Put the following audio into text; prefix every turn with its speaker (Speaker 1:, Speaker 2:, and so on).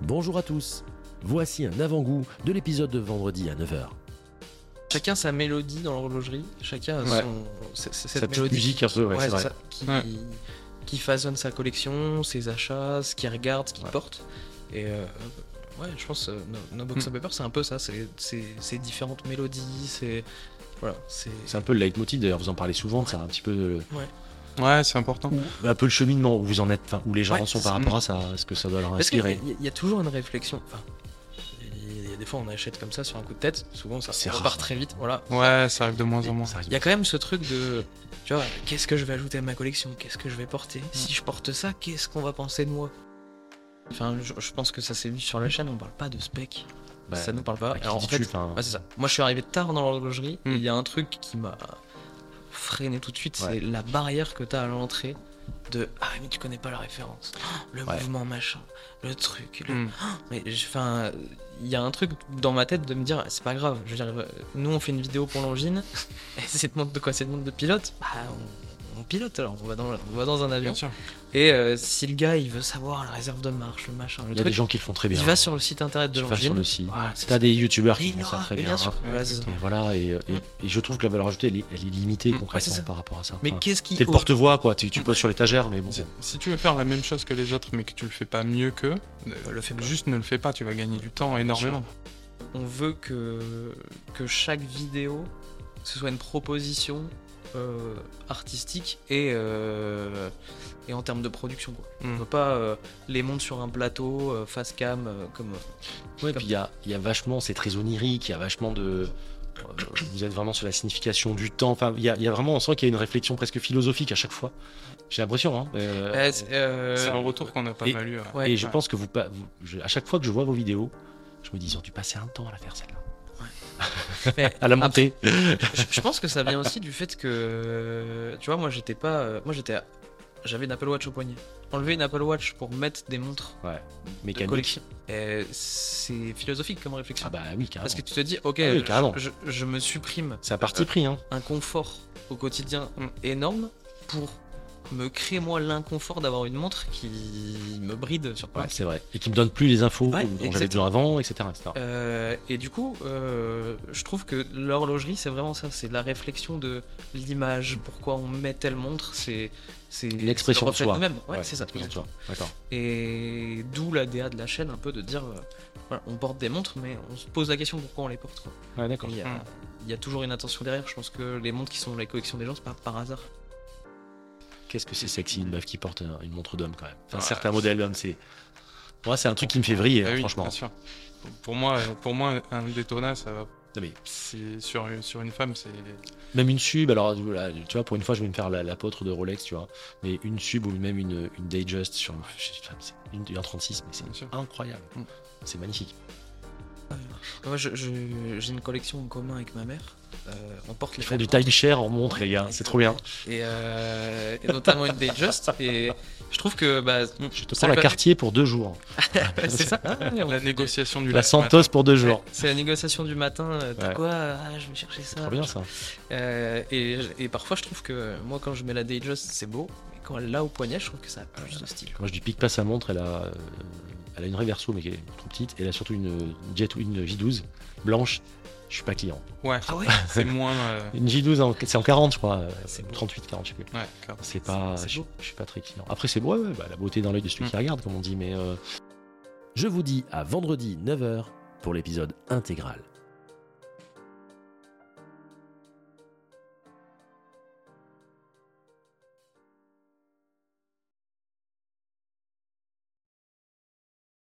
Speaker 1: Bonjour à tous. Voici un avant-goût de l'épisode de vendredi à 9h.
Speaker 2: Chacun sa mélodie dans l'horlogerie, chacun a
Speaker 3: Ouais.
Speaker 2: son, c- c-
Speaker 3: Cette
Speaker 2: cette
Speaker 3: petite
Speaker 2: mélodie
Speaker 3: musique un peu, ouais,
Speaker 2: Ouais,
Speaker 3: c'est
Speaker 2: c'est
Speaker 3: vrai.
Speaker 2: ça, qui,
Speaker 3: Ouais.
Speaker 2: qui façonne sa collection, ses achats, ce qu'il regarde, ce qu'il
Speaker 3: Ouais.
Speaker 2: porte. Et euh, ouais, je pense euh, No, No Box
Speaker 3: Hmm.
Speaker 2: of Paper, c'est un peu ça, c'est c'est- c'est différentes mélodies, c'est. Voilà, c'est.
Speaker 3: C'est un peu le leitmotiv, d'ailleurs, vous en parlez souvent, c'est un petit peu le-
Speaker 4: Ouais, c'est important.
Speaker 3: un peu le cheminement où vous en êtes, enfin, où les gens
Speaker 2: Ouais,
Speaker 3: en sont
Speaker 2: c'est-
Speaker 3: par rapport à ça, ce que ça doit leur
Speaker 2: Parce qu'il y,
Speaker 3: inspirer.
Speaker 2: a- il y a toujours une réflexion. Enfin, il y a des fois, on achète comme ça sur un coup de tête, souvent ça
Speaker 3: C'est
Speaker 2: repart
Speaker 3: rare.
Speaker 2: très vite, voilà.
Speaker 4: Ouais, ça arrive de moins en moins.
Speaker 3: Ça arrive.
Speaker 2: Il y a quand même ce truc de. Tu vois, qu'est-ce que je vais ajouter à ma collection Qu'est-ce que je vais porter
Speaker 3: Mm.
Speaker 2: Si je porte ça, qu'est-ce qu'on va penser de moi Enfin, je, je pense que ça s'est vu sur la chaîne, on parle pas de spec.
Speaker 3: Mm. Bah,
Speaker 2: ça nous parle pas.
Speaker 3: bah, qui
Speaker 2: Alors, en
Speaker 3: dit
Speaker 2: fait,
Speaker 3: tu, enfin,
Speaker 2: ouais, c'est ça. Moi, je suis arrivé tard dans l'horlogerie. et
Speaker 4: Mm.
Speaker 2: Il y a un truc qui m'a freiné tout de suite,
Speaker 3: Ouais.
Speaker 2: c'est la barrière que t'as à l'entrée de ah mais tu connais pas la référence, le
Speaker 3: Ouais.
Speaker 2: mouvement machin, le truc, le-
Speaker 4: Mm.
Speaker 2: mais je- enfin, il y a un truc dans ma tête de me dire, c'est pas grave. Je veux dire, euh, nous on fait une vidéo pour l'angine. et cette montre de quoi Cette montre de pilote Bah, on, on pilote alors. On va dans, on va dans un avion.
Speaker 4: Bien sûr.
Speaker 2: Et euh, si le gars il veut savoir la réserve de marche, le machin, le
Speaker 3: il y a des
Speaker 2: truc,
Speaker 3: gens qui le font très bien.
Speaker 2: il va sur le site internet de
Speaker 3: Tu vas sur
Speaker 2: l'angine.
Speaker 3: le site.
Speaker 2: Voilà,
Speaker 3: T'as des youtubeurs qui
Speaker 2: Il
Speaker 3: font ça
Speaker 2: aura-
Speaker 3: très
Speaker 2: bien
Speaker 3: bien.
Speaker 2: sûr.
Speaker 3: hein.
Speaker 2: Voilà, c'est ça.
Speaker 3: Et voilà, et, et- et je trouve que la valeur ajoutée, elle est, elle est limitée
Speaker 4: Mm.
Speaker 3: concrètement
Speaker 2: Ouais, c'est ça.
Speaker 3: par rapport à ça.
Speaker 2: Mais
Speaker 3: Enfin,
Speaker 2: qu'est-ce qui Mm.
Speaker 3: T'es le porte-voix, quoi. Tu, tu poses sur l'étagère, mais bon.
Speaker 4: Si- Si tu veux faire la même chose que les autres, mais que tu le fais pas mieux qu'eux, euh,
Speaker 2: le fait
Speaker 4: juste ne le fais pas, tu vas gagner du temps énormément.
Speaker 2: on veut que, que chaque vidéo ce soit une proposition euh, artistique et, euh, et en termes de production quoi.
Speaker 4: Mm.
Speaker 3: Hmm.
Speaker 2: On veut pas euh, les monter sur un plateau euh, face cam euh, comme
Speaker 3: Ouais, puis il y a, il y a vachement, c'est très onirique, il y a vachement de. euh, Vous êtes vraiment sur la signification du temps. Enfin, il y, a- il y a vraiment, on sent qu'il y a une réflexion presque philosophique à chaque fois. J'ai l'impression, hein. Euh,
Speaker 2: Euh, c'est- euh,
Speaker 4: C'est un retour qu'on a pas euh.
Speaker 3: et-
Speaker 4: mal eu. ouais.
Speaker 2: ouais.
Speaker 3: et je
Speaker 4: ouais.
Speaker 3: pense que vous, pa- vous- je- à chaque fois que je vois vos vidéos, je me dis, ils ont dû passer un temps à la faire celle-là.
Speaker 2: Mais
Speaker 3: à la montée.
Speaker 2: je, je pense que ça vient aussi du fait que tu vois moi j'étais pas euh, moi j'étais à- j'avais une Apple Watch au poignet. Enlever une Apple Watch pour mettre des montres de
Speaker 3: Mécanique.
Speaker 2: collection, euh, c'est philosophique comme réflexion.
Speaker 3: Ah bah oui, carrément.
Speaker 2: Parce que tu te dis, ok,
Speaker 3: Ah oui,
Speaker 2: je-
Speaker 3: carrément.
Speaker 2: je- je me supprime
Speaker 3: C'est à parti pris, hein.
Speaker 2: un confort au quotidien
Speaker 4: Mm.
Speaker 2: énorme pour me créer moi l'inconfort d'avoir une montre qui me bride sur plein
Speaker 3: Ouais,
Speaker 2: de-
Speaker 3: c'est vrai. Et qui me donne plus les infos
Speaker 2: Ouais,
Speaker 3: dont j'avais
Speaker 2: exact.
Speaker 3: besoin avant, etc. etc.
Speaker 2: Euh, et du coup, euh, je trouve que l'horlogerie, c'est vraiment ça. C'est de la réflexion de l'image, pourquoi on met telle montre. C'est c'est
Speaker 3: Une expression
Speaker 2: c'est
Speaker 3: de
Speaker 2: le reflet
Speaker 3: soi.
Speaker 2: nous-mêmes. Ouais, c'est ça.
Speaker 3: bien sûr. D'accord.
Speaker 2: Et d'où la DA de la chaîne, un peu de dire, euh, voilà, on porte des montres, mais on se pose la question pourquoi on les porte. quoi.
Speaker 3: Ouais, d'accord.
Speaker 2: Il y, a,
Speaker 4: Mm.
Speaker 2: il y a toujours une intention derrière. Je pense que les montres qui sont dans les collections des gens, c'est pas par hasard.
Speaker 3: Qu'est-ce que c'est sexy une meuf qui porte un- une montre d'homme quand même. Enfin,
Speaker 4: Ah, Ouais.
Speaker 3: certains modèles d'homme, c'est. Moi, c'est un truc qui me fait vriller,
Speaker 4: Ah
Speaker 3: hein,
Speaker 4: oui,
Speaker 3: franchement.
Speaker 4: bien sûr. Pour- Pour moi, euh, pour moi, un Daytona, ça va.
Speaker 3: Non, mais
Speaker 4: c'est- Sur, une- sur une femme, c'est.
Speaker 3: même une sub, alors voilà, tu vois, pour une fois, je vais me faire la- l'apôtre de Rolex, tu vois. Mais une sub ou même une, une Dayjust sur une, enfin, c'est une, une 36, mais
Speaker 4: Bien
Speaker 3: c'est
Speaker 4: sûr.
Speaker 3: incroyable.
Speaker 4: Mm.
Speaker 3: C'est magnifique.
Speaker 2: Moi, je- je- j'ai une collection en commun avec ma mère. Euh, on porte les
Speaker 3: Je fais du
Speaker 2: montres.
Speaker 3: timeshare en montre, les gars, c'est trop bien.
Speaker 2: Et, euh, et notamment une Dayjust. Et je trouve que bah,
Speaker 3: Je te
Speaker 2: Ça
Speaker 3: prends la
Speaker 2: va-
Speaker 3: quartier pour deux jours,
Speaker 2: c'est ça. Ah, ouais, on-
Speaker 4: La négociation du
Speaker 3: la
Speaker 4: last matin.
Speaker 3: Santos pour deux jours.
Speaker 2: C'est la négociation du matin. euh, T'as
Speaker 3: Ouais.
Speaker 2: quoi Ah, je vais chercher
Speaker 3: C'est
Speaker 2: ça.
Speaker 3: trop bien ça.
Speaker 2: Euh, et, et parfois, je trouve que moi, quand je mets la Dayjust, c'est beau. Mais quand elle l'a au poignet, je trouve que ça a plus de style.
Speaker 3: Moi je dis pique pas sa montre, elle a, euh, elle a une Reverso mais qui est trop petite, et elle a surtout une Jet une J12 blanche. Je suis pas client.
Speaker 4: Ouais,
Speaker 2: Ah ouais
Speaker 4: c'est moins. euh,
Speaker 3: Une J12 en- c'est en 40 je crois, euh,
Speaker 2: C'est beau.
Speaker 3: 38 40 je sais plus.
Speaker 4: Ouais, d'accord.
Speaker 3: C'est pas
Speaker 2: c'est
Speaker 3: je,
Speaker 2: beau.
Speaker 3: je suis pas très client. Après c'est beau, ouais, ouais, bah, la beauté dans l'œil de celui
Speaker 4: Mm.
Speaker 3: qui regarde comme on dit mais euh,
Speaker 1: Je vous dis à vendredi 9h pour l'épisode intégral.